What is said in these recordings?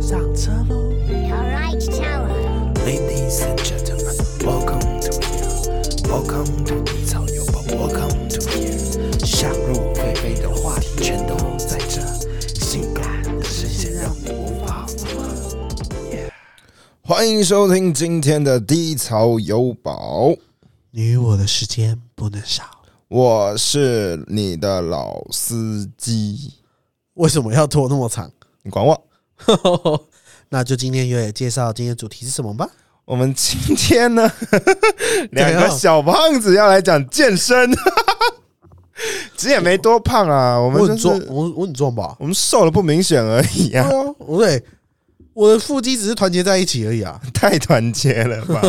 上车喽 All right, tower. ，Ladies and gentlemen, welcome to here, welcome to 低潮有宝，welcome to here。想入非非的话题全都在这，性感的视线让你无法负荷。欢迎收听今天的低潮有宝，你与我的时间不能少。我是你的老司机，为什么要拖那么长？你管我。那就今天有也介绍今天主题是什么吧。我们今天呢， 两怎个样小胖子要来讲健身，其实也没多胖啊，我我很们就壮，是我我很壮吧？我们瘦了不明显而已对 啊，啊，我对我的腹肌只是团结在一起而已啊， 太团结了吧？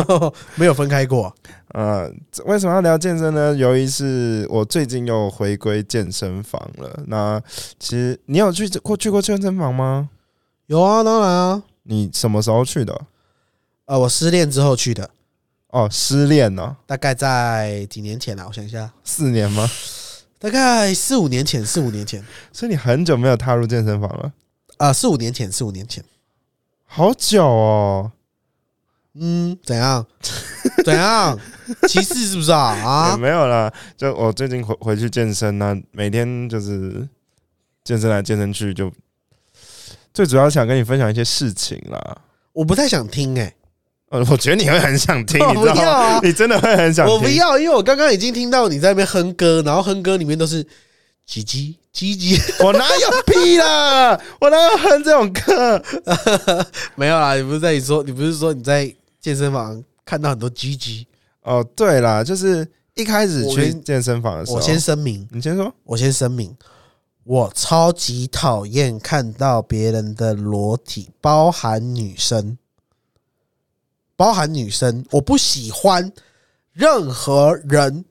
没有分开过。呃，这为什么要聊健身呢？由于是我最近又回归健身房了。那其实你有去过去过健身房吗？有啊，当然啊，你什么时候去的？呃，我失恋之后去的，哦，失恋呢、大概在几年前啊，我想一下，四年 吗？大概四五年前，四五年前所以你很久没有踏入健身房了，啊，四五年前，四五年前，好久哦。嗯，怎样？ 怎样？歧视是不是啊？也啊，没有啦，就我最近回回去健身呢、啊每天就是健身来健身去，就最主要想跟你分享一些事情啦。我不太想听哎、呃，我觉得你会很想听， 我你知道不要吗？啊，你真的会很想听。我不要，因为我刚刚已经听到你在那边哼歌，然后哼歌里面都是叽叽叽叽，我哪有屁啦！我哪有哼这种歌？ 没有啦，你不是在你说，你不是说你在健身房看到很多叽叽？哦，对啦，就是一开始我去先健身房的时候，我先声明，你先说我先声明，我超级讨厌看到别人的裸体，包含女生，包含女生，我不喜欢任何人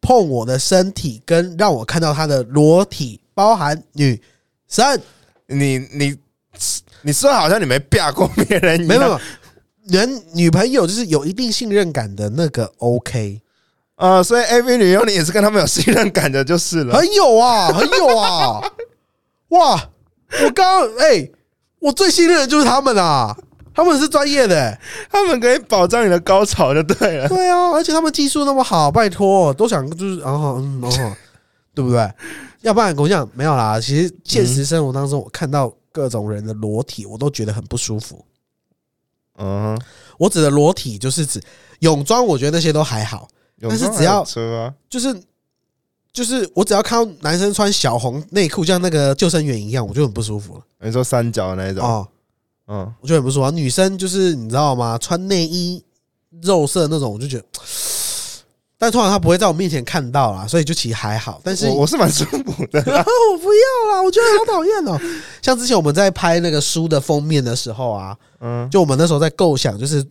碰我的身体，跟让我看到她的裸体，包含女生。你你你说好像你没啪过别人一样，没有没有，人女朋友就是有一定信任感的那个 OK，啊、所以 AV 女优你也是跟他们有信任感的，就是了。很有啊，很有啊，哇！我刚刚哎、我最信任的就是他们啊，他们是专业的、欸他们可以保障你的高潮就对了。对啊，而且他们技术那么好，拜托，都想就是然后嗯然后， 对不对？要不然我讲没有啦，其实现实生活当中我看到各种人的裸体，我都觉得很不舒服。嗯哼，我指的裸体就是指泳装，我觉得那些都还好。有但是时候只要还有车啊，就是就是我只要看到男生穿小红内裤，像那个救生员一样，我就很不舒服了。你说三角那一种，哦，嗯，我就很不舒服啊。女生就是你知道吗？穿内衣肉色那种，我就觉得，但通常她不会在我面前看到啦，所以就其实还好。但是我我是蛮舒服的然后 我不要啦，我觉得好讨厌哦。像之前我们在拍那个书的封面的时候啊，嗯，就我们那时候在构想，就是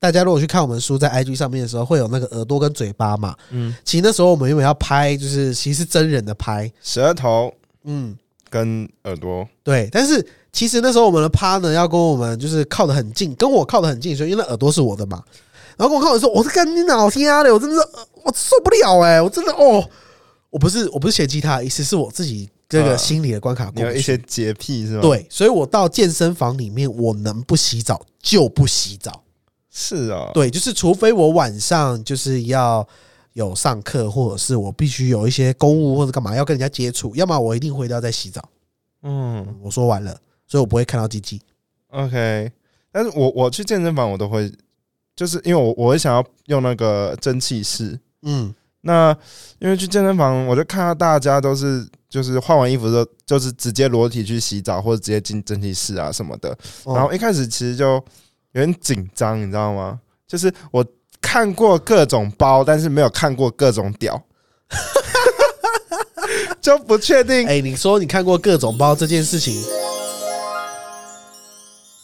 大家如果去看我们书在 IG 上面的时候，会有那个耳朵跟嘴巴嘛。嗯，其实那时候我们原本要拍，就是其实是真人的拍，舌头嗯，跟耳朵，对。但是其实那时候我们的 partner 要跟我们就是靠得很近，跟我靠得很近，所以因为那耳朵是我的嘛。然后跟我靠的时候，我是干你老天啊的，我真的是我受不了哎、我真的哦，我不是我不是嫌弃他的意思，是我自己这个呃心理的关卡你过有不一去。些洁癖是吗？，对，所以我到健身房里面，我能不洗澡就不洗澡。是哦，对，就是除非我晚上就是要有上课，或者是我必须有一些公务或者干嘛要跟人家接触，要么我一定回到再洗澡。嗯我说完了，所以我不会看到鸡鸡。 ，OK，但是我我去健身房我都会，就是因为我我会想要用那个蒸汽室，嗯，那因为去健身房，我就看到大家都是就是换完衣服之后，就是直接裸体去洗澡或者直接进蒸汽室啊什么的。哦然后一开始其实就有点紧张，你知道吗？就是我看过各种包，但是没有看过各种屌， 就不确定。哎、你说你看过各种包这件事情，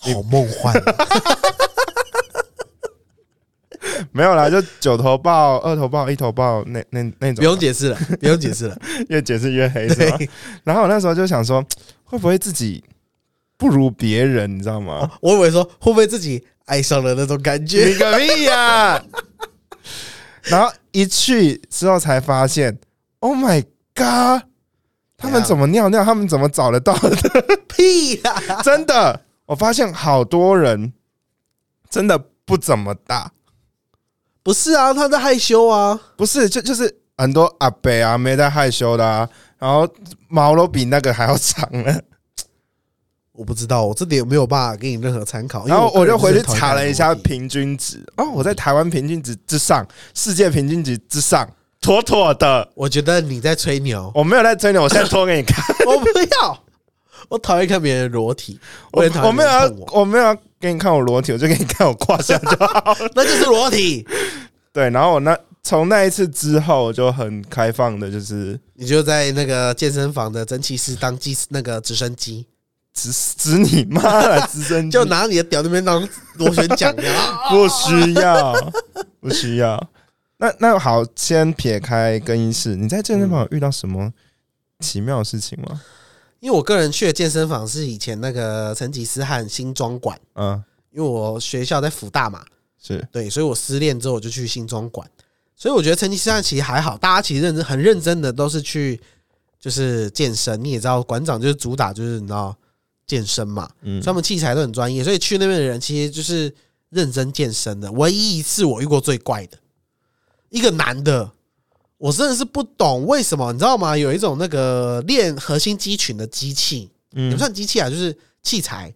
好梦幻啊、没有啦，就九头豹、二头豹、一头豹那那那 不用种，啊解释了，不用解释了。越解释越黑 是吧？ 对，然后我那时候就想说，会不会自己不如别人，你知道吗？我以为说会不会自己爱上了那种感觉？你个屁呀、 然后一去之后才发现，Oh my god！他们怎么尿尿？他们怎么找得到的？屁啦、啊真的，我发现好多人真的不怎么大，不是啊，他在害羞啊，不是就就是很多阿伯啊，没在害羞的啊，然后毛都比那个还要长了。我不知道，我这点没有办法给你任何参哦考。因为然后个我人就回去是很讨厌查了一下按摩的平均值，哦，我在台湾平均值之上，世界平均值之上，妥妥的。我觉得你在吹牛，我没有在吹 牛，我现在拖给你看。我不要，我讨厌看别人裸体，我我也讨厌我没别有人要碰我，我没有要给你看我裸体，我就给你看我胯下就好。那就是裸体，对，然后我那从那一次之后，我就很开放的，就是你就在那个健身房的蒸汽室当机那个直升机，指指你妈了，直升机 就拿你的屌那边当螺旋桨一 样不需要， 不需要。那那好，先撇开更衣室，你在健嗯身房有遇到什么奇妙的事情吗？因为我个人去的健身房是以前那个成吉思汗新庄馆，嗯，因为我学校在福大嘛，是对，所以我失恋之后我就去新庄馆，所以我觉得成吉思汗其实还好，大家其实认真很认真的都是去就是健身，你也知道馆长就是主打就是你知道健身嘛，嗯所以他们器材都很专业，所以去那边的人其实就是认真健身的。唯一一次我遇过最怪的，一个男的，我真的是不懂为什么，你知道吗？有一种那个练核心肌群的机器，也嗯不算机器啊，就是器材。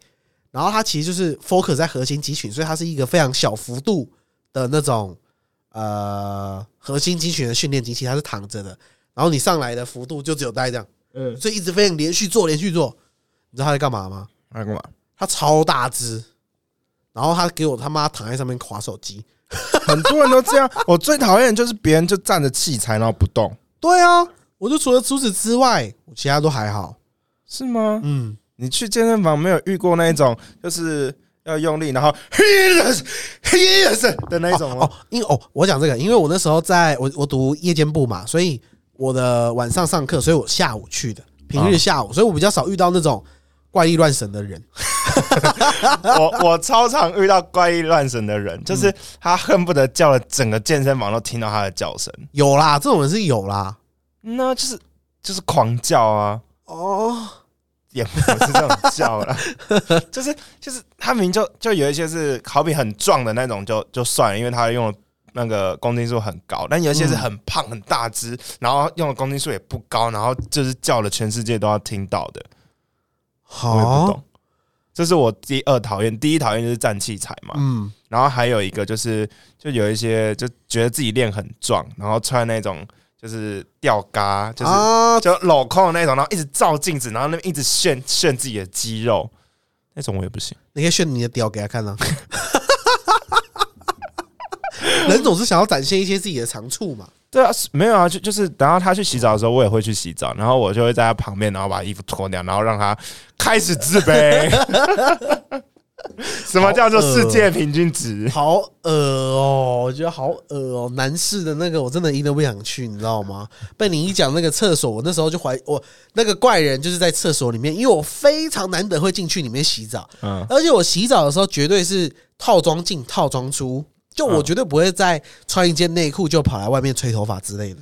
然后它其实就是 focus 在核心肌群，所以它是一个非常小幅度的那种呃核心肌群的训练机器，它是躺着的。然后你上来的幅度就只有大概这样，嗯，所以一直非常连续做，连续做。你知道他在干嘛吗？那干嘛？他超大只，然后他给我他妈躺在上面划手机。很多人都这样。我最讨厌的就是别人就站着器材然后不动，对啊，我就除了除此之外，我其他都还好。是吗？嗯，你去健身房没有遇过那一种就是要用力，然 后的那一种吗哦？，因为哦，我讲这个，因为我那时候在我我读夜间部嘛，所以我的晚上上课，所以我下午去的，平日下午，所以我比较少遇到那种怪力乱神的人。哦我我超常遇到怪力乱神的人，就是他恨不得叫了整个健身房都听到他的叫声，有啦，这种人是有啦。那就是就是狂叫啊，哦，也不是这种叫啦， 就是就是他明就就有一些是好比很壮的那种就就算了，因为他用的那个公斤数很高，但有一些是很胖很大只，然后用的公斤数也不高，然后就是叫了全世界都要听到的，哦我也不好，懂。这是我第二讨厌，第一讨厌就是站器材嘛，嗯，然后还有一个就是，就有一些就觉得自己练很壮，然后穿那种就是吊嘎，就是、啊，就镂空的那种，然后一直照镜子，然后那边一直炫炫自己的肌肉，那种我也不行。你可以炫你的屌给他 看啊。人总是想要展现一些自己的长处嘛。对啊，是没有啊，就就是等到他去洗澡的时候，我也会去洗澡，然后我就会在他旁边，然后把衣服脱掉，然后让他开始自卑。 什么叫做世界平均值？好恶哦、我觉得好恶哦、男士的那个我真的一都不想去，你知道吗？被你一讲那个厕所，我那时候就怀我那个怪人就是在厕所里面，因为我非常难得会进去里面洗澡，嗯而且我洗澡的时候绝对是套装进套装出，就嗯我绝对不会再穿一件内裤就跑来外面吹头发之类的，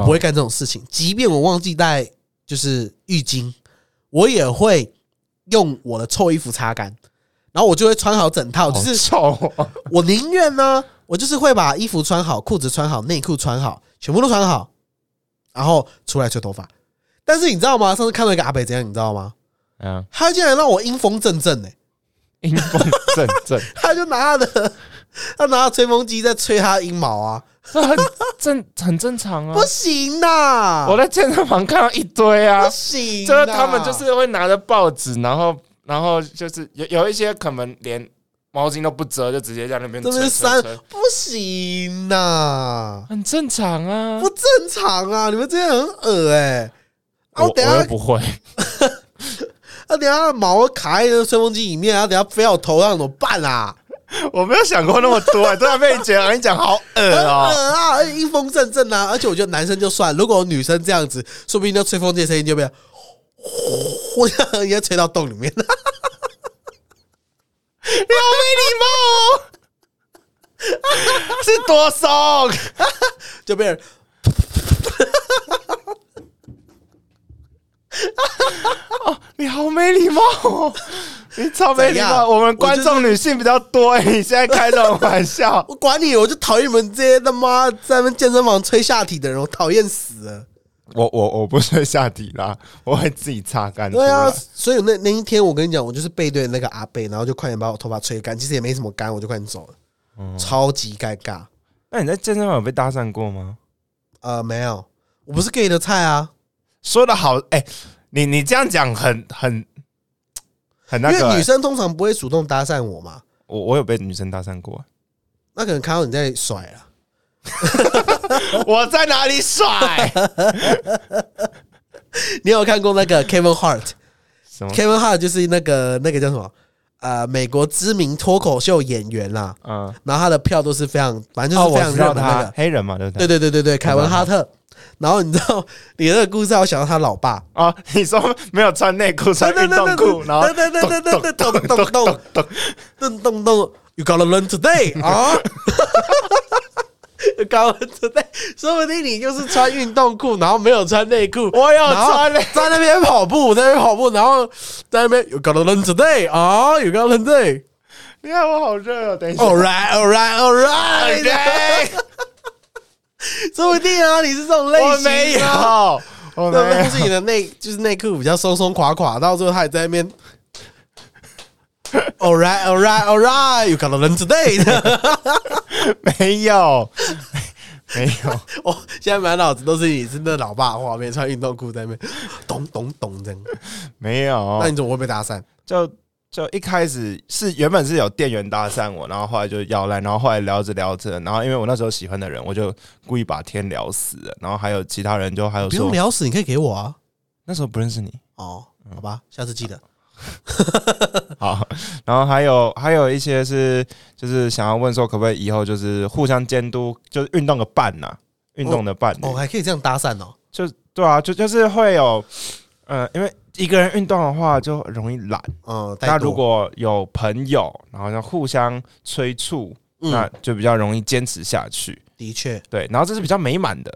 我不会干这种事情。即便我忘记带就是浴巾，我也会用我的臭衣服擦干。然后我就会穿好整套，好就是臭哦、我宁愿呢，我就是会把衣服穿好、裤子穿好、内裤穿好，全部都穿好，然后出来吹头发。但是你知道吗？上次看到一个阿北怎样，你知道吗？ 嗯，他竟然让我阴风阵阵呢、 阴风阵阵。欸 他就拿他的， 他拿他吹风机在吹他的阴毛啊，这很正，很正常啊不。行呐、我在健身房看到一堆啊不，行，就是他们就是会拿着报纸，然后然后就是有有一些可能连毛巾都不折，就直接在那边这吹边三吹吹不行呐、很正常啊不。正常啊！你们这些人很恶哎、啊，我我我等一下又不会，啊，等一下毛卡在那个吹风机里面，啊，等一下飞到我头上怎么办啊？我没有想过那么多、欸突然被你讲，你讲好恶很哦、恶啊，而且阴风阵阵啊！而且我觉得男生就算，如果有女生这样子，说不定那吹风机的声音就被呼， 应该吹到洞里面。 你好没礼貌哦、是多松？就被人，你好没礼貌哦，你超没礼怎貌。样我们观我众女性比较多、哎，你现在开这种玩笑，我管你，我就讨厌你们这些他妈在那边健身房吹下体的人，我讨厌死了。我我我不吹下体啦，我会自己擦干出对啊来。，所以那那一天我跟你讲，我就是背对那个阿贝，然后就快点把我头发吹干，其实也没什么干，我就快点走了，嗯超级尴尬。那你在健身房有被搭讪过吗？呃，没有，我不是 gay 的菜啊，说的好，哎、你你这样讲很很很那因个、为女哎生通常不会主动搭讪我嘛，我我有被女生搭讪过、啊那可能看到你在甩了。 我在哪里甩？你有看过那 个 Kevin Hart？Kevin 什么？ Hart 就是那个那个叫什么？呃，美国知名脱口秀演员啦，嗯，然后他的票都是非常，反正哦，就是非我常知道热的那他个。黑人嘛，对不对对？对对对对，凯文哈特。 然后你知道你那个故事让我想到他老爸，哦， 你说没有穿内裤，穿运动裤，然后噔噔噔噔噔噔噔噔噔噔噔噔，You gotta learn today 啊 ！You gotta learn today，说不定你就是穿运动裤，然后没有穿内裤，我有然后穿嘞在那边跑步，在那边跑步，然后在那边 You gotta learn today 啊！You gotta learn today。你看我好热哦，等一下。 All right, all right, all 哎 right。说不定啊，你是这种类型、啊，我没有，我没那 那有不是你的内，就是内裤比较松松垮垮，到最后他还在那边。All right, all right, all right. You got to learn today. 没有，没有。哦，现在满脑子都是你是那老爸的画面，穿运动裤在那边咚咚咚这样。没那有，你怎么会被搭讪？就就一开始是原本是有店员搭讪我，然后后来就要赖，然后后来聊着聊着，然后因为我那时候喜欢的人，我就故意把天聊死了，然后还有其他人就还有不用说，聊死，你可以给我啊。那时候不认识你，哦，嗯好吧，下次记得。好，然后还有还有一些是就是想要问说可不可以以后就是互相监督，就是运动的伴呐、运动的伴侣，哦，还可以这样搭讪哦。就对啊，就就是会有，呃，因为一个人运动的话就容易懒。嗯，那怠惰如果有朋友，然后要互相催促，那嗯，就比较容易坚持下去。的确对，然后这是比较美满的，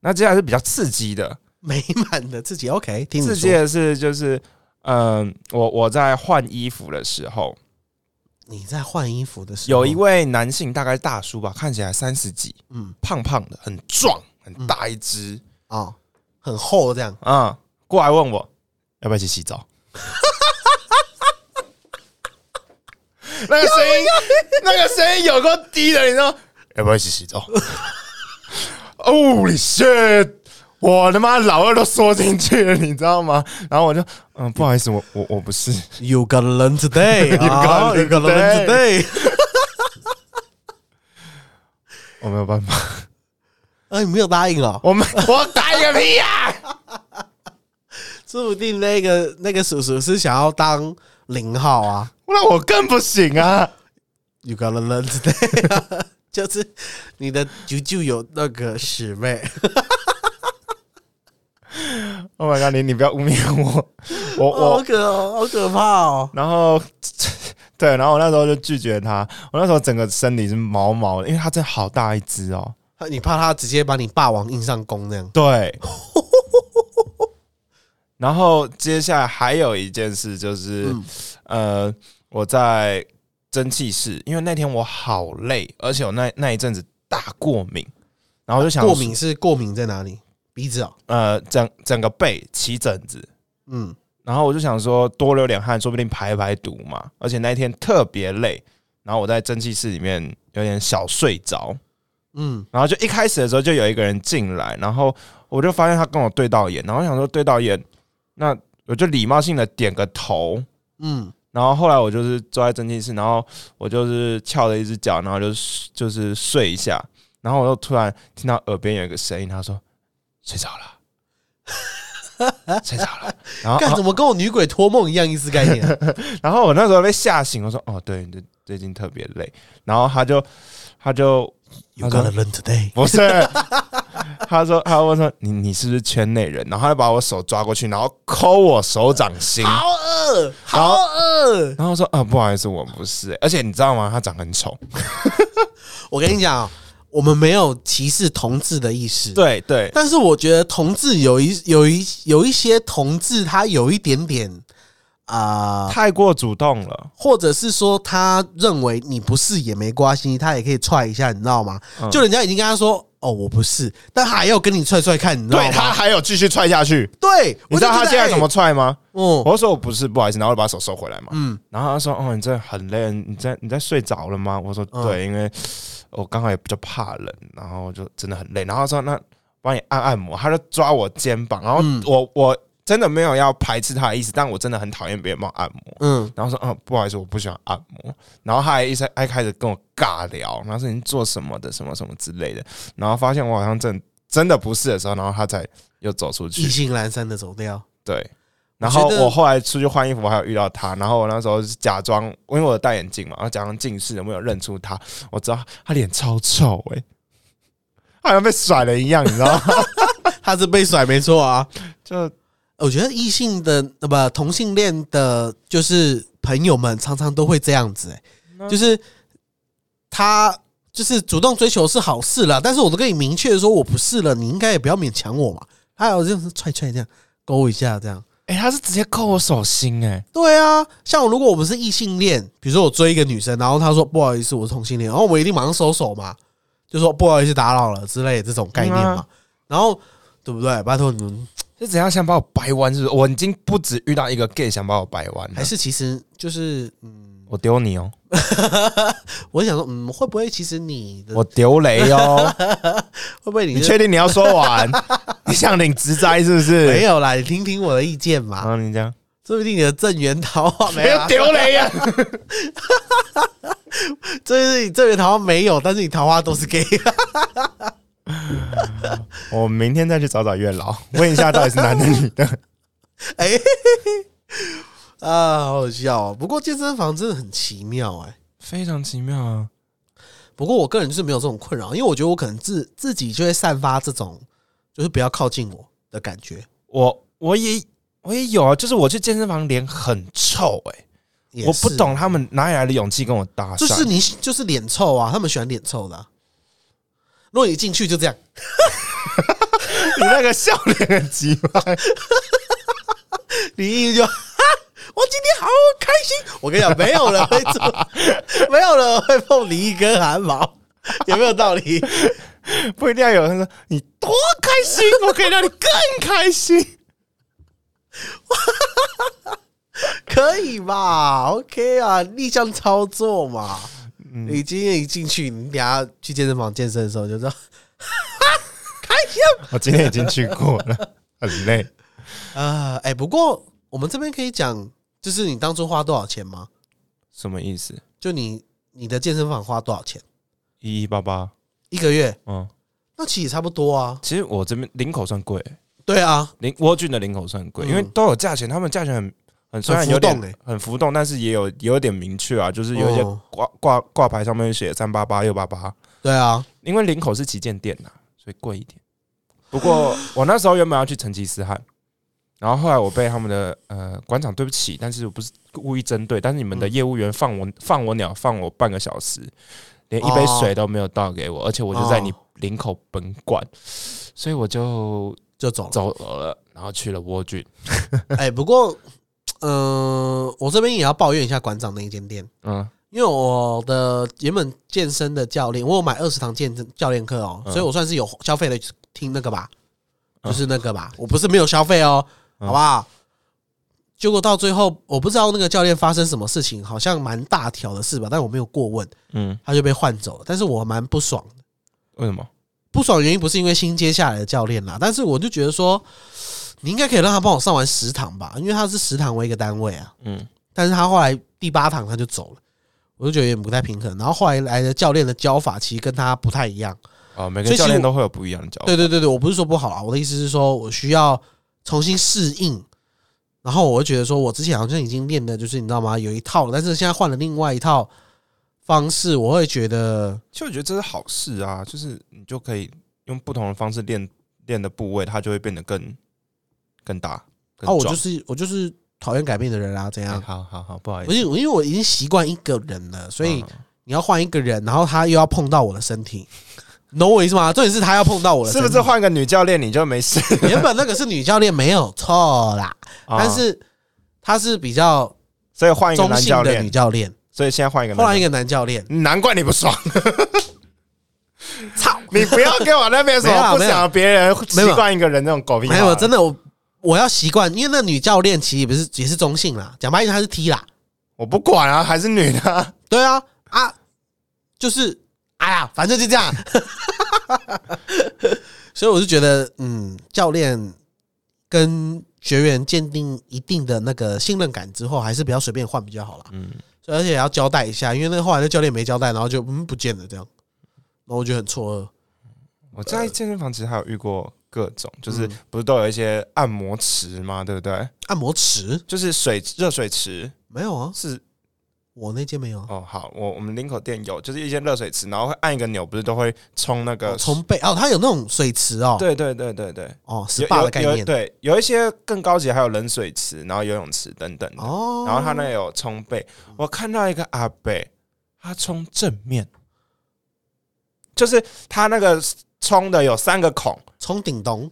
那接下来是比较刺激的。美满的自己 OK，听你刺激说。的是就是，嗯、我我在换衣服的时候，你在换衣服的时候，有一位男性，大概大叔吧，看起来三十几，嗯胖胖的，很壮，很大一只，哦，很厚这样。嗯，过来问我要不要一起洗澡。那个声音，那个声音有够低的，你知道？要不要一起洗澡？Holy shit！我他妈老二都缩进去了，你知道吗？然后我就，嗯，不好意思，我我我不是， You gotta learn today. you gotta you gotta learn learn today. 我没有办法，啊，你没有答应哦，我们我打一个屁啊呀、说不定那个那个叔叔是想要当零号啊。那我更不行啊！ You gotta learn today，啊 就是你的舅舅有那个使 妹， Oh my god！你你不要污蔑我，我我好可好可怕哦。然后 对，然后我那时候就拒绝他。我那时候整个身体是毛毛的，因为他真的好大一只哦。你怕他直接把你霸王硬上弓那样？对。 然后接下来还有一件事就是，嗯呃，我在蒸汽室，因为那天我好累，而且我那那一阵子大过敏，然后我就想过敏，是过敏在哪里？鼻子哦。呃，整整个背起疹子，嗯，然后我就想说多流点汗，说不定排排毒嘛。而且那一天特别累，然后我在蒸汽室里面有点小睡着。嗯，然后就一开始的时候就有一个人进来，然后我就发现他跟我对到眼，然后我想说对到眼，那我就礼貌性的点个头。嗯，然后后来我就是坐在蒸汽室，然后我就是翘着一只脚，然后就是就是睡一下，然后我又突然听到耳边有一个声音，他说睡着了，睡着了，然 后干怎么跟我女鬼托梦一样意思概 念啊？然后我那时候被吓醒，我说：“哦，对，最最近特别累。”然后他就他就 You gotta learn today。不是， 他说他问说：“你你是不是圈内人？”然后他就把我手抓过去，然后抠我手掌心，好饿，然好后饿。然后说：“啊，不好意思，我不是、而且你知道吗？他长很丑，我跟你讲哦、我们没有歧视同志的意思，。对对，但是我觉得同志有一有一有一些同志，他有一点点啊、太过主动了，或者是说他认为你不是也没关系，他也可以踹一下，你知道吗？嗯就人家已经跟他说哦我不是，但他还要跟你踹踹看，你知道对他吗？还有继续踹下去。对，你知道他现在怎么哎？踹吗？哦、我说我不是，不好意思，然后我把手收回来嘛。嗯，然后他说：“哦，你真的很累，你在你在睡着了吗？”我说：“对，因为我刚好也比较怕冷，然后就真的很累。”然后他说：“那帮你按按摩。”他就抓我肩膀，然后我我真的没有要排斥他的意思，但我真的很讨厌别人帮我按摩。嗯，然后说：“嗯，不好意思，我不喜欢按摩。”然后他还一直还开始跟我尬聊，然后说：“你做什么的？什么什么之类的。”然后发现我好像真真的不是的时候，然后他才又走出去意。兴阑珊的走掉，对，然后我觉得我后来出去换衣服，还有遇到他，然后我那时候是假装，因为我有戴眼镜嘛，然后假装近视，有没有认出他？我知道他脸超臭哎、欸他好像被甩了一样，你知道吗？ 他是被甩没错啊。就我觉得异性的呃不同性恋的，就是朋友们常常都会这样子、欸，就是他就是主动追求是好事啦，但是我都跟你明确说我不是了，你应该也不要勉强我嘛。还有就是踹踹这样勾一下这样，哎、他是直接扣我手心哎、对啊，像如果我们是异性恋，比如说我追一个女生，然后她说不好意思，我是同性恋，然后我一定马上收手嘛，就说不好意思打扰了之类的这种概念嗯嘛啊，然后对不对？拜托嗯你们是怎样想把我掰弯？是不是？我已经不止遇到一个 gay 想把我掰弯了，还是其实就是嗯。我丢你哦、我想说，嗯，会不会其实你的我丢雷 哦、会不会你你的确定你要说完？ 你想领职灾是不是？没有啦？你听听我的意见然嘛，后你这样，说不定你的正源桃花没 没有啊有 啦，丢雷呀、就是你正源桃花没有，但是你桃花都是 gay，我明天再去找找月老，问一下到底是男的女的。哎、嘿嘿嘿啊，好好笑哦。不过健身房真的很奇妙哎、非常奇妙啊！不过我个人就是没有这种困扰，因为我觉得我可能自自己就会散发这种就是不要靠近我的感觉。我我也我也有啊，就是我去健身房脸很臭哎、也我不是，懂他们哪里来的勇气跟我搭讪。就是你就是脸臭啊，他们喜欢脸臭的啊、如果你进去就这样，你那个笑脸很奇怪，你一就，哈， 我今天好开心。我跟你讲，没有人会做， 没有人会碰你一根汗毛，有没有道理？ 不一定要有人说你多开心，我可以让你更开心。可以吧？OK 啊，逆向操作嘛。你今天一进去，你等下去健身房健身的时候就说，哈哈开心 我今天已经去过了， 很累。啊！哎、不过我们这边可以讲，就是你当初花多少钱吗？什么意思？就你你的健身房花多少钱？一一八八，一个月？嗯，那其实也差不多啊。其实我这边领口算贵、欸，对啊，领蜗苣的领口算贵，因为嗯都有价钱，他们价钱很很虽然浮有点动欸很浮动，但是也有有点明确啊，就是有一些哦挂挂挂牌上面写三八八六八八，对啊，因为领口是旗舰店呐、所以贵一点。不 过我那时候原本要去成吉思汗，然后后来我被他们的呃馆长对不起，但是我不是故意针对，但是你们嗯的业务员放我放我鸟放我半个小时，连一杯哦水都没有倒给我，而且我就在哦你领口本馆，所以我就就走了。走了，然后去了蜗苣。 哎、不过，嗯、我这边也要抱怨一下馆长那一间店，嗯，因为我的原本健身的教练，我有买二十堂健身教练课哦，嗯所以我算是有消费的，听那个吧，就是那个吧，我不是没有消费哦，嗯好不好？结果到最后，我不知道那个教练发生什么事情，好像蛮大条的事吧，但我没有过问，嗯，他就被换走了。但是我蛮不爽的，为什么？不爽的原因不是因为新接下来的教练啦，但是我就觉得说，你应该可以让他帮我上完十堂吧，因为他是十堂为一个单位啊。嗯，但是他后来第八堂他就走了，我就觉得有点不太平衡。然后后来来的教练的教法其实跟他不太一样。哦，每个所以其实教练我都会有不一样的教法。对对对对，我不是说不好啊，我的意思是说我需要重新适应。然后我会觉得说，我之前好像已经练的，就是你知道吗？有一套了，但是现在换了另外一套方式，我会觉得其实我觉得这是好事啊，就是你就可以用不同的方式练练的部位，它就会变得更更大。更啊，我壮就是我就是讨厌改变的人啊，怎哎样？好好好，不好意不思，是，因为我已经习惯一个人了，所以嗯你要换一个人，然后他又要碰到我的身体， 你懂我意思吗？重点是他要碰到我的是身不体，是换个女教练你就没事？原本那个是女教练没有错啦， 但哦是她是比较所以换一个中男性教的女练，教练，所以现在换一个男后教来一练，个男教练，难怪你不爽。操， 你不要跟我那边说没有啊我不没有啊想别人习惯一个人那种狗屁话。没有啊真的，的我我要习惯，因为那女教练其实也不是也是中性啦，讲白一点她是 T 啦，我不管啊，还是女的啊，对啊啊，就是哎呀，反正就这样， 所以我是觉得，嗯，教练跟学员鉴定一定的那个信任感之后，还是不要随便换比较好啦。嗯，所以而且也要交代一下，因为那后来那教练没交代，然后就嗯不见了这样，然后我就很错愕。我呃在健身房其实还有遇过各种，嗯就是不是都有一些按摩池吗？对不对？按摩啊池就是水热水池没有啊，是我那间没有啊，哦，好，我我们林口店有，就是一些热水池，然后会按一个钮，不是都会冲那个哦从背哦，它有那种水池哦，对对对对对，哦有 SPA 的概有有念对，有一些更高级，还有冷水池，然后游泳池等等的。哦，然后他那有冲背，我看到一个阿伯，他冲正面，就是他那个冲的有三个孔，冲顶咚，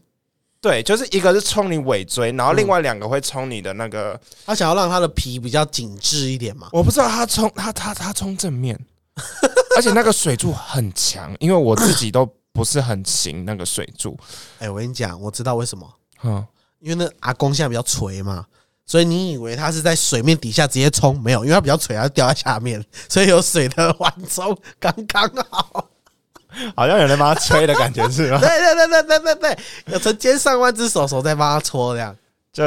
对，就是一个是冲你尾椎，然后另嗯外两个会冲你的那个，他想要让他的皮比较紧致一点嘛，我不知道他冲他他他冲正面，而且那个水柱很强，因为我自己都不是很行那个水柱，哎、我跟你讲，我知道为什么，嗯，因为那阿公现在比较垂嘛，所以你以为他是在水面底下直接冲，没有，因为他比较垂，他就掉在下面，所以有水的缓冲刚刚好。好像有人帮他吹的感觉是吧对？对对对对对对，有成千上万只手手在帮他搓，这样 就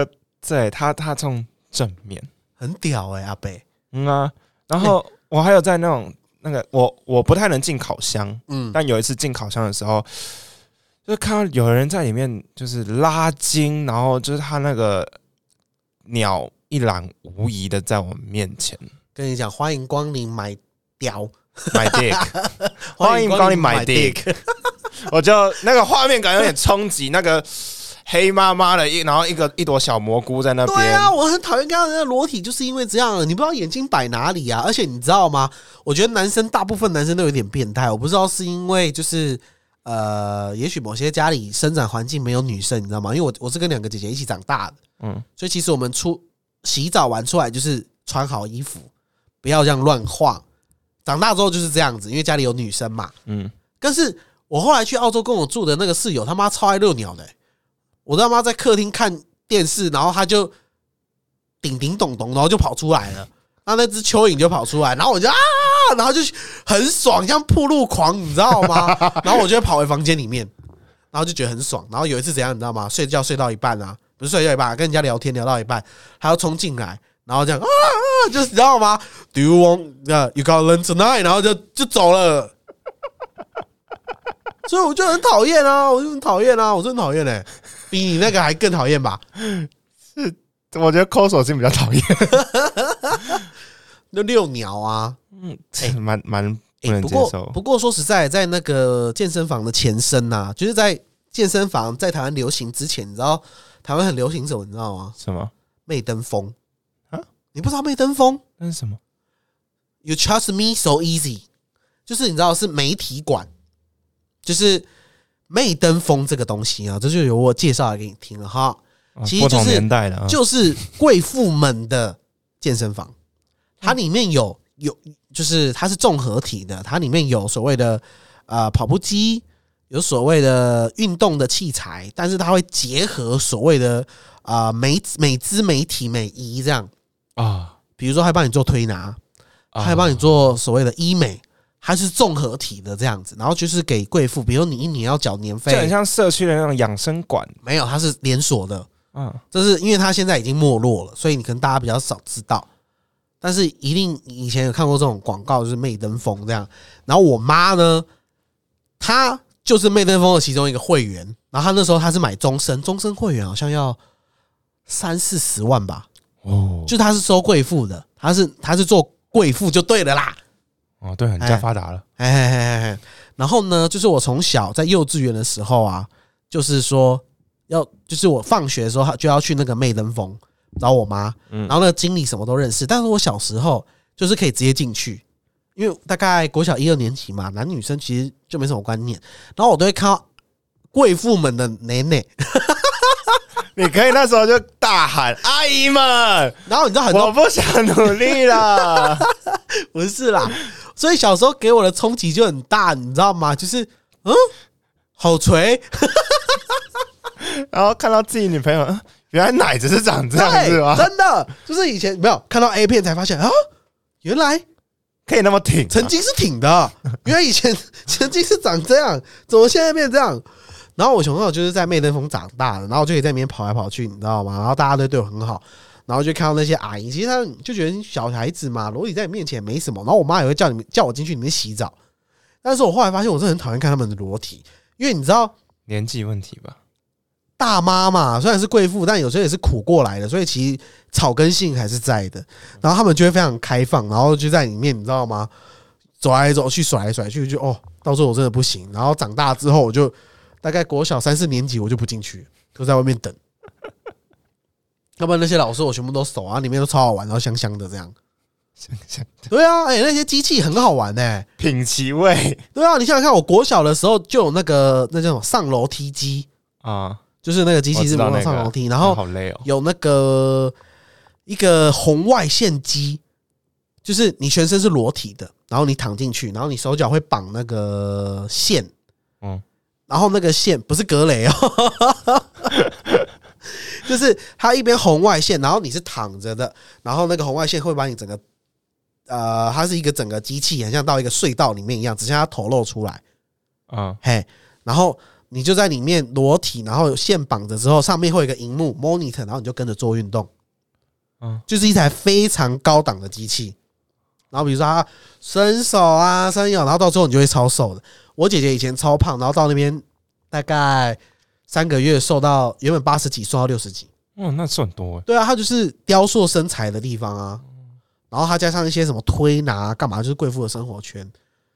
对他他冲正面，很屌哎、阿北，嗯啊，然后我还有在那种那个我我不太能进烤箱，嗯，但有一次进烤箱的时候，就看到有人在里面就是拉筋，然后就是他那个鸟一览无遗的在我面前跟你讲，欢迎光临买屌，买 dick，欢迎光临买 dick，我就那个画面感有点冲击，那个黑麻麻的一，然后一个一朵小蘑菇在那边，对啊，我很讨厌看到人家裸体，就是因为这样，你不知道眼睛摆哪里啊。而且你知道吗？我觉得男生大部分男生都有点变态，我不知道是因为就是呃，也许某些家里生长环境没有女生，你知道吗？因为我我是跟两个姐姐一起长大的，嗯，所以其实我们出洗澡完出来就是穿好衣服，不要这样乱晃。长大之后就是这样子，因为家里有女生嘛。嗯，但是我后来去澳洲跟我住的那个室友，他妈超爱遛鸟的、欸我他妈在客厅看电视，然后他就叮叮咚咚，然后就跑出来了。那那只蚯蚓就跑出来，然后我就啊，然后就很爽，像铺路狂，你知道吗？然后我就会跑回房间里面，然后就觉得很爽。然后有一次怎样，你知道吗？睡觉睡到一半啊，不是睡到一半、啊，跟人家聊天聊到一半，他要冲进来，然后这样啊，啊就是你知道吗？Do you want uh, you got learn tonight？然后就就走了。所以我就很讨厌啊，我就很讨厌啊，我真的很讨厌嘞，比你那个还更讨厌吧？我觉得抠手心比较讨厌，那遛鸟啊， 嗯，蛮蛮不欸能不接过受不，过说实在，在那个健身房的前身呐、就是在健身房在台湾流行之前，你知道台湾很流行什么？你知道吗？什么？媚登风啊你不知道媚登风那是什么？ ？You trust me so easy，就是你知道是媒体馆，就是媚登风这个东西啊，这就由我介绍来给你听了哈。啊其实不就同是年代的啊，就是贵妇们的健身嗯房，它里面有有就是它是综合体的，它里面有所谓的呃跑步机，有所谓的运动的器材，但是它会结合所谓的啊、呃、美美姿美体美仪这样，啊，比如说还帮你做推拿，啊他还帮你做所谓的医美。它是综合体的这样子，然后就是给贵妇，比如你一年要缴年就很费，像社区的那种养生馆，没有，它是连锁的，嗯，就是因为它现在已经没落了，所以你可能大家比较少知道。但是一定以前有看过这种广告，就是媚登峰这样。然后我妈呢，她就是媚登峰的其中一个会员。然后她那时候她是买终身，终身会员好像要三四十万吧，哦，就她是收贵妇的，她是她是做贵妇就对了啦。哦，对，很哎加发达了，哎哎哎哎，然后呢，就是我从小在幼稚园的时候啊，就是说要，就是我放学的时候就要去那个媚登峰找我妈，然后呢经理什么都认识，但是我小时候就是可以直接进去，因为大概国小一二年级嘛，男女生其实就没什么观念，然后我都会看到贵妇们的奶奶， 你可以那时候就大喊：“阿姨们，然后你知道很我多不想努力 了。不是啦， 所以小时候给我的冲击就很大，你知道吗？就是嗯，好锤，”然后看到自己女朋友，嗯原来奶子是长这样子对，吗？真的就是以前没有看到 A 片才发现啊，原来可以那么挺啊、曾经是挺 的，原来以前曾经是长这样，怎么现在变这样？然后我从小就是在媚登峰长大的，然后我就可以在里面跑来跑去，你知道吗？然后大家都对我很好，然后就看到那些阿姨，其实他们就觉得小孩子嘛，裸体在你面前没什么。然后我妈也会叫你们叫我进去里面洗澡，但是我后来发现我是很讨厌看他们的裸体，因为你知道年纪问题吧？大妈嘛，虽然是贵妇，但有时候也是苦过来的，所以其实草根性还是在的。然后他们就会非常开放，然后就在里面，你知道吗？走来走去，甩来甩去，就哦，到时候我真的不行。然后长大之后，我就大概国小三四年级，我就不进去，就在外面等。要不然那些老师我全部都熟啊，里面都超好玩，然后香香的这样。想想对啊，哎、那些机器很好玩哎、品其味对啊，你想想看，我国小的时候就有那个那叫什么上楼梯机，啊，就是那个机器是我知道模那仿个上楼梯，然后好累哦。有那个一个红外线机，就是你全身是裸体的，然后你躺进去，然后你手脚会绑那个线，嗯，然后那个线不是格雷哦， 就是它一边红外线，然后你是躺着的，然后那个红外线会把你整个，呃，它是一个整个机器，很像到一个隧道里面一样，只剩下头露出来，啊，嘿，然后你就在里面裸体，然后有线绑着之后，上面会有一个荧幕 monitor，然后你就跟着做运动。嗯，就是一台非常高档的机器。然后比如说它伸手啊、伸腰，然后到最后你就会超瘦的。我姐姐以前超胖，然后到那边大概三个月瘦到原本八十几，瘦到六十几。哇，那是很多哎。对啊，她就是雕塑身材的地方啊。然后她加上一些什么推拿啊干嘛，就是贵妇的生活圈。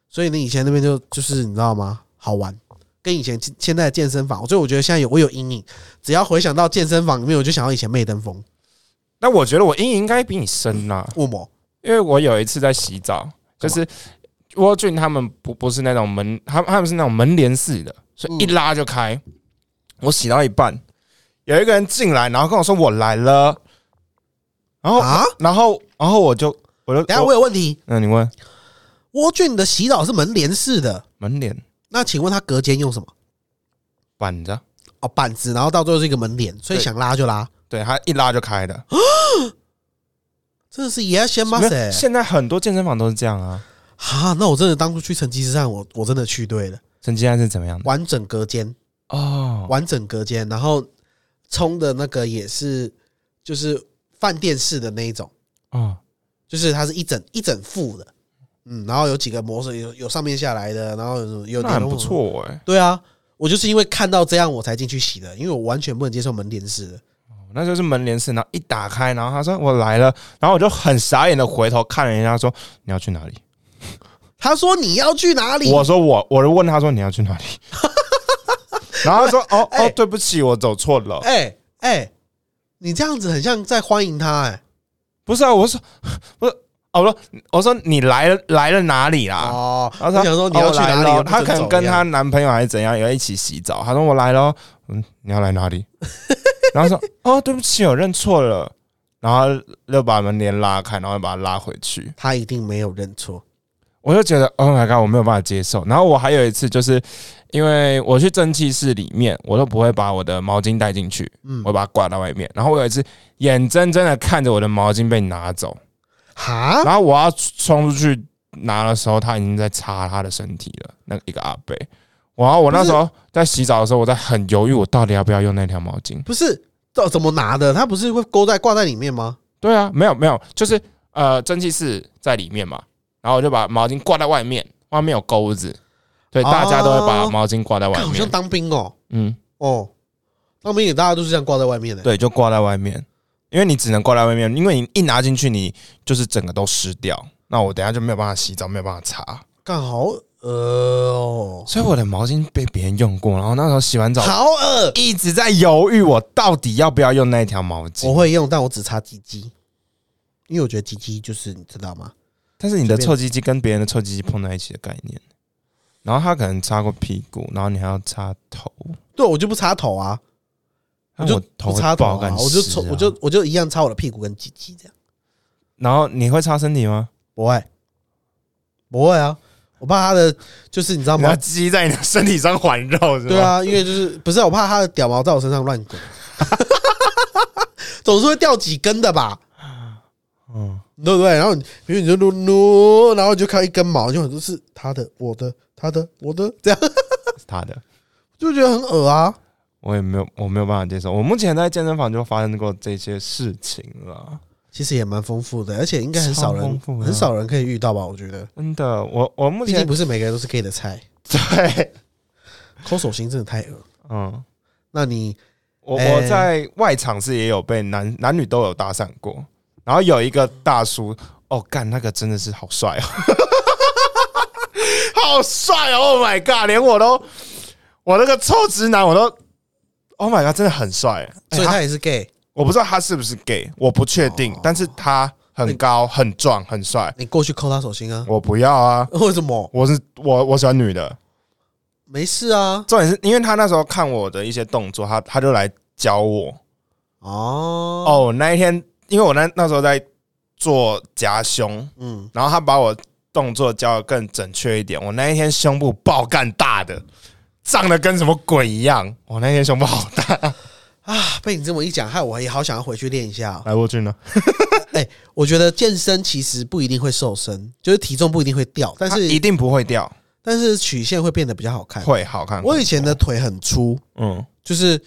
所以你以前那边就就是你知道吗？好玩，跟以前现在的健身房，所以我觉得现在有我有阴影。只要回想到健身房里面，我就想到以前媚登峰，那我觉得我阴影应该比你深啊啦、恶魔因为我有一次在洗澡，就是沃俊他们不不是那种门，他他们是那种门帘式的，所嗯以一拉就开。嗯我洗到一半，有一个人进来，然后跟我说我来了，然后、啊！然后然后我就我就等一下我我有问题，那你问蜗俊的洗澡是门帘式的，门帘那请问他隔间用什么？板着，哦，板子，然后到最后是一个门帘，所以对想拉就拉，对他一拉就 开的。真的是也要先吗？没有塞现在很多健身房都是这样啊。哈，那我真的当初去成吉思汗，我我真的去对了，成绩单是怎么样的？完整隔间，哦，完整隔间，然后冲的那个也是就是饭店式的那一种，哦，就是它是一整一整副的，嗯，然后有几个模式，有有上面下来的，然后有有 哦那很不，错哎、对啊，我就是因为看到这样我才进去洗的，因为我完全不能接受门帘式的。那就是门帘式，然后一打开，然后他说我来了，然后我就很傻眼的回头看了人家说你要去哪里？他说你要去哪里？我说我，我就问他说你要去哪里？ 然后他说哦哎哦，对不起，我走错了。哎哎，你这样子很像在欢迎他哎、不是啊，我说 不是，哦我说我说你来了来了哪里啦？哦，然后我他想说哦你要去我来哪了里？他可能跟她男朋友还是怎样，要一起洗澡。他说我来了，嗯，你要来哪里？ 然后说哦，对不起，我认错了。然后又把门帘拉开，然后又把他拉回去。他一定没有认错。我就觉得 Oh my god，我没有办法接受。然后我还有一次，就是因为我去蒸汽室里面，我都不会把我的毛巾带进去，嗯我，把它挂到外面。然后我有一次眼睁睁的看着我的毛巾被拿走，哈，然后我要冲出去拿的时候，他已经在擦他的身体了，那一个阿伯。然后我那时候在洗澡的时候，我在很犹豫，我到底要不要用那条毛巾？不是怎怎么拿的？他不是会勾在挂在里面吗？对啊，没有没有，就是呃，蒸汽室在里面嘛，然后我就把毛巾挂在外面，外面有钩子，对，哦大家都会把毛巾挂在外看好像面，当兵哦，嗯，哦，当兵也大家都是这样挂在外面的、对，就挂在外面，因为你只能挂在外面，因为你一拿进去，你就是整个都湿掉，那我等下就没有办法洗澡，没有办法擦，干好恶哦，所以我的毛巾被别人用过，然后那时候洗完澡好恶。一直在犹豫，我到底要不要用那条毛巾，我会用，但我只擦鸡鸡，因为我觉得鸡鸡就是你知道吗？但是你的随便臭鸡鸡跟别人的臭鸡鸡碰在一起的概念，然后他可能擦过屁股，然后你还要擦头，对我就不插头啊，我那就我头不插头爆啊干、，我就抽，我就，我就一样插我的屁股跟鸡鸡这样，然后你会擦身体吗？不会，不会啊，我怕他的就是你知道你要吗？鸡在你的身体上环绕，是啊吗？对，啊，因为就是不是我怕他的屌毛在我身上乱滚， 总是会掉几根的吧，嗯，对不对？然后你比如你就撸撸，然后你就看到一根毛，就很多是他的、我的、他的、我的这样，是他的，就觉得很恶啊。我也没有，我没有办法接受。我目前在健身房就发生过这些事情了，其实也蛮丰富的，而且应该很少超丰人富，的很少人可以遇到吧？我觉得，真的。我我目毕竟前不是每个人都是 gay 的菜，对，抠手心真的太恶了。嗯，那你我哎我在外场是也有被男男女都有搭讪过，然后有一个大叔，哦，干那个真的是好帅哦， 好帅哦，Oh my god，连我都，我那个臭直男我都，Oh my god，真的很帅。哎所以他他哦也是 gay，我不知道他是不是 gay，我不确定，但是他很高、很壮、很帅，你过去抠他手心啊？我不要啊，为什么？我是我我喜欢女的。没事啊。重点是因为他那时候看我的一些动作，他他就来教我，哦哦，我那一天因为我那那时候在做夹胸，嗯，然后他把我动作教的更准确一点。我那一天胸部爆干大的，胀的跟什么鬼一样。我那天胸部好大，啊，被你这么一讲，害我也好想要回去练一下哦、来过去呢。哎、我觉得健身其实不一定会瘦身，就是体重不一定会掉，但它一是定不会掉，但是曲线会变得比较好看。会好看。我以前的腿很粗，嗯，就是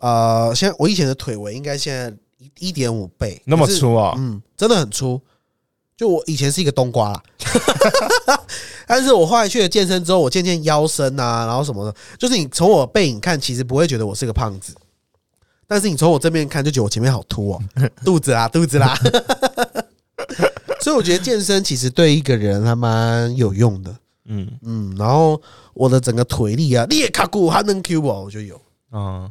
呃，现在我以前的腿围应该现在一点五倍，那么可是粗哦，嗯，真的很粗。就我以前是一个冬瓜啦， 但是我后来去了健身之后，我渐渐腰身啊，然后什么的，就是你从我背影看，其实不会觉得我是个胖子，但是你从我正面看，就觉得我前面好凸 哦，肚子啦，肚子啦。 所以我觉得健身其实对一个人还蛮有用的，嗯嗯，然后我的整个腿力啊，裂卡骨还能 Q 哦我，我就有，嗯。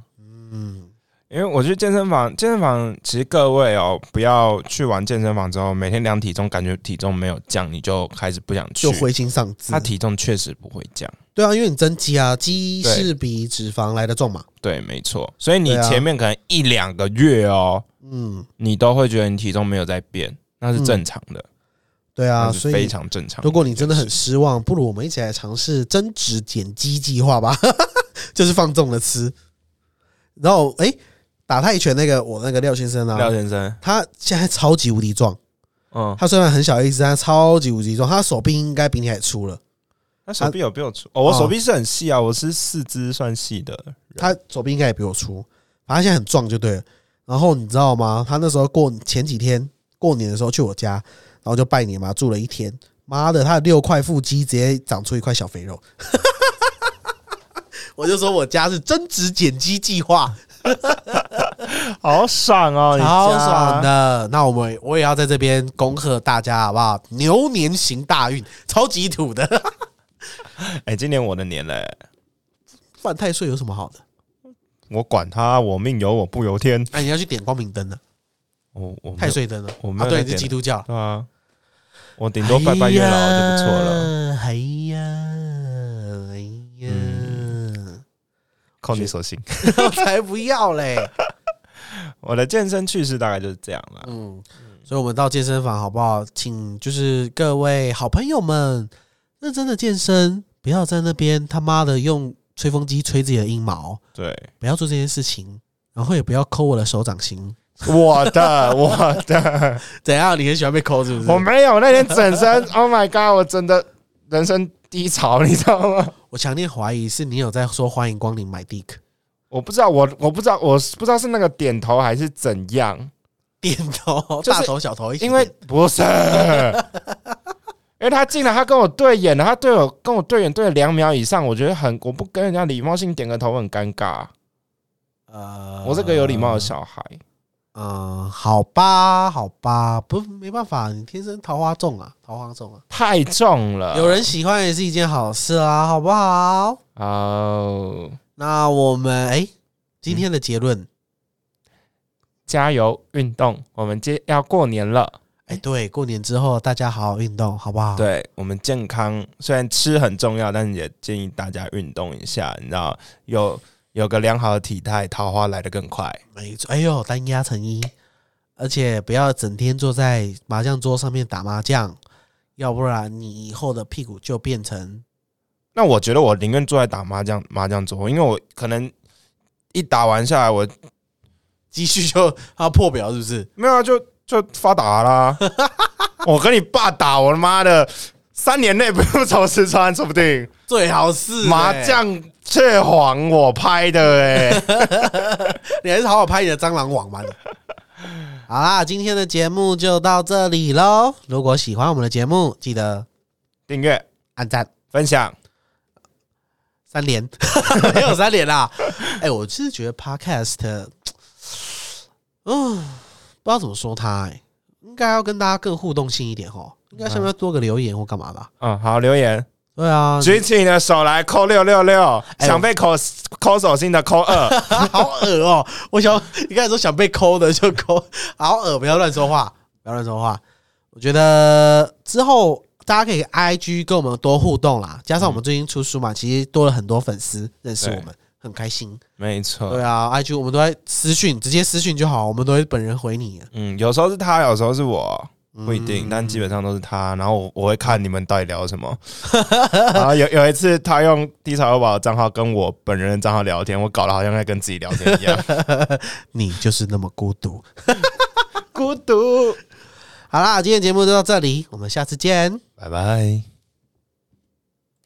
嗯，因为我去健身房，健身房其实各位哦，不要去完健身房之后，每天量体重，感觉体重没有降，你就开始不想去。就灰心丧志他。体重确实不会降。对啊，因为你增肌啊，肌对是比脂肪来的重嘛，对，没错。所以你对啊前面可能一两个月哦，嗯。你都会觉得你体重没有在变，那是正常的，对啊，那所是以非常正常的。如果你真的很失望，不如我们一起来尝试增脂减肌计划吧， 就是放纵的吃。然后，哎、打泰拳那个我那个廖先生廖啊，先生，他现在超级无敌壮，嗯，他虽然很小一只，但他超级无敌壮，他手臂应该比你还粗了，他手臂有比我粗，哦，我哦手臂是很细啊，我是四肢算细的。他手臂应该也比我粗，反正他现在很壮就对了。然后你知道吗？他那时候过前几天过年的时候去我家，然后就拜年嘛，住了一天。妈的，他的六块腹肌直接长出一块小肥肉。 我就说我家是增脂减肌计划，好爽啊哦，你超家爽！啊的。那我们我也要在这边恭贺大家，好不好？牛年行大运，超级土的。 哎，今年我的年嘞，犯太岁有什么好的？我管他，我命由我不由天。哎，你要去点光明灯呢，我我没有太岁灯呢？我没啊，有对，在你是点基督教。对啊，我顶多拜拜月老就不错了。哎呀，哎呀，嗯 靠你所幸，哎呀，才不要嘞！我的健身趣事大概就是这样啦。嗯，所以我们到健身房好不好？请就是各位好朋友们认真的健身，不要在那边他妈的用吹风机吹自己的阴毛，对， 不要做这件事情，然后也不要抠我的手掌心。我的我的。怎样？你很喜欢被抠是不是？ 我我没有那天整身 ，Oh my god！我真的人生低潮， 你知道吗？我强烈怀疑是你有在说欢迎光临买 dick 我不知道，我我不知道，我不知道是那个点头还是怎样，点头，就是大头小头一起因为点不 是，因为他进来，他跟我对眼了，他对我跟我对眼对了两秒以上，我觉得很，我不跟人家礼貌性点个头很尴啊尬，呃，我是个有礼貌的小孩，嗯，好吧，好吧，不，没办法，你天生桃花重啊，桃花重啊，太重了。有人喜欢也是一件好事啊，好不好？哦，那我们哎、今天的结论，加油运动，我们接要过年了，哎、哎，对，过年之后大家好好运动，好不好？，对我们健康虽然吃很重要，但是也建议大家运动一下，你知道有有个良好的体态，桃花来得更快。没错。哎呦，单压成一，而且不要整天坐在麻将桌上面打麻将，要不然你以后的屁股就变成那我觉得我宁愿坐在打麻将麻将桌，因为我可能一打完下来，我积蓄就要破表，是不是？没有啊，就就发达啦。我跟你爸打，我他妈的三年内不用愁吃穿，说不定最好是、麻哎，将雀黄我拍的哎、你还是好好拍你的蟑螂网吧你。好啦，今天的节目就到这里喽。如果喜欢我们的节目，记得订阅按赞。分享，三连， 没有三连啦。哎、我其实觉得 Podcast，嗯、不知道怎么说它、哎，应该要跟大家更互动性一点哦。应该下面要多个留言或干嘛吧？嗯，好留言，对啊，举起你的手来扣六六六，哎想被扣扣手心的扣二， 好恶哦、我想你刚才说想被抠的就抠，好恶，不要乱说话，不要乱说话。我觉得之后大家可以 I G 跟我们多互动啦，加上我们最近出书嘛，其实多了很多粉丝认识我们，很开心。没错对。啊，IG 我们都在私讯，直接私讯就好，我们都会本人回你。啊嗯，有时候是他，有时候是我，嗯不一定，但基本上都是他。然后我我会看你们到底聊 什么。然后有有一次，他用低潮幼宝的账号跟我本人的账号聊天，我搞得好像在跟自己聊 天一样。你就是那么孤 独。孤独，好啦，今天节目就到这里，我们下次见。拜拜。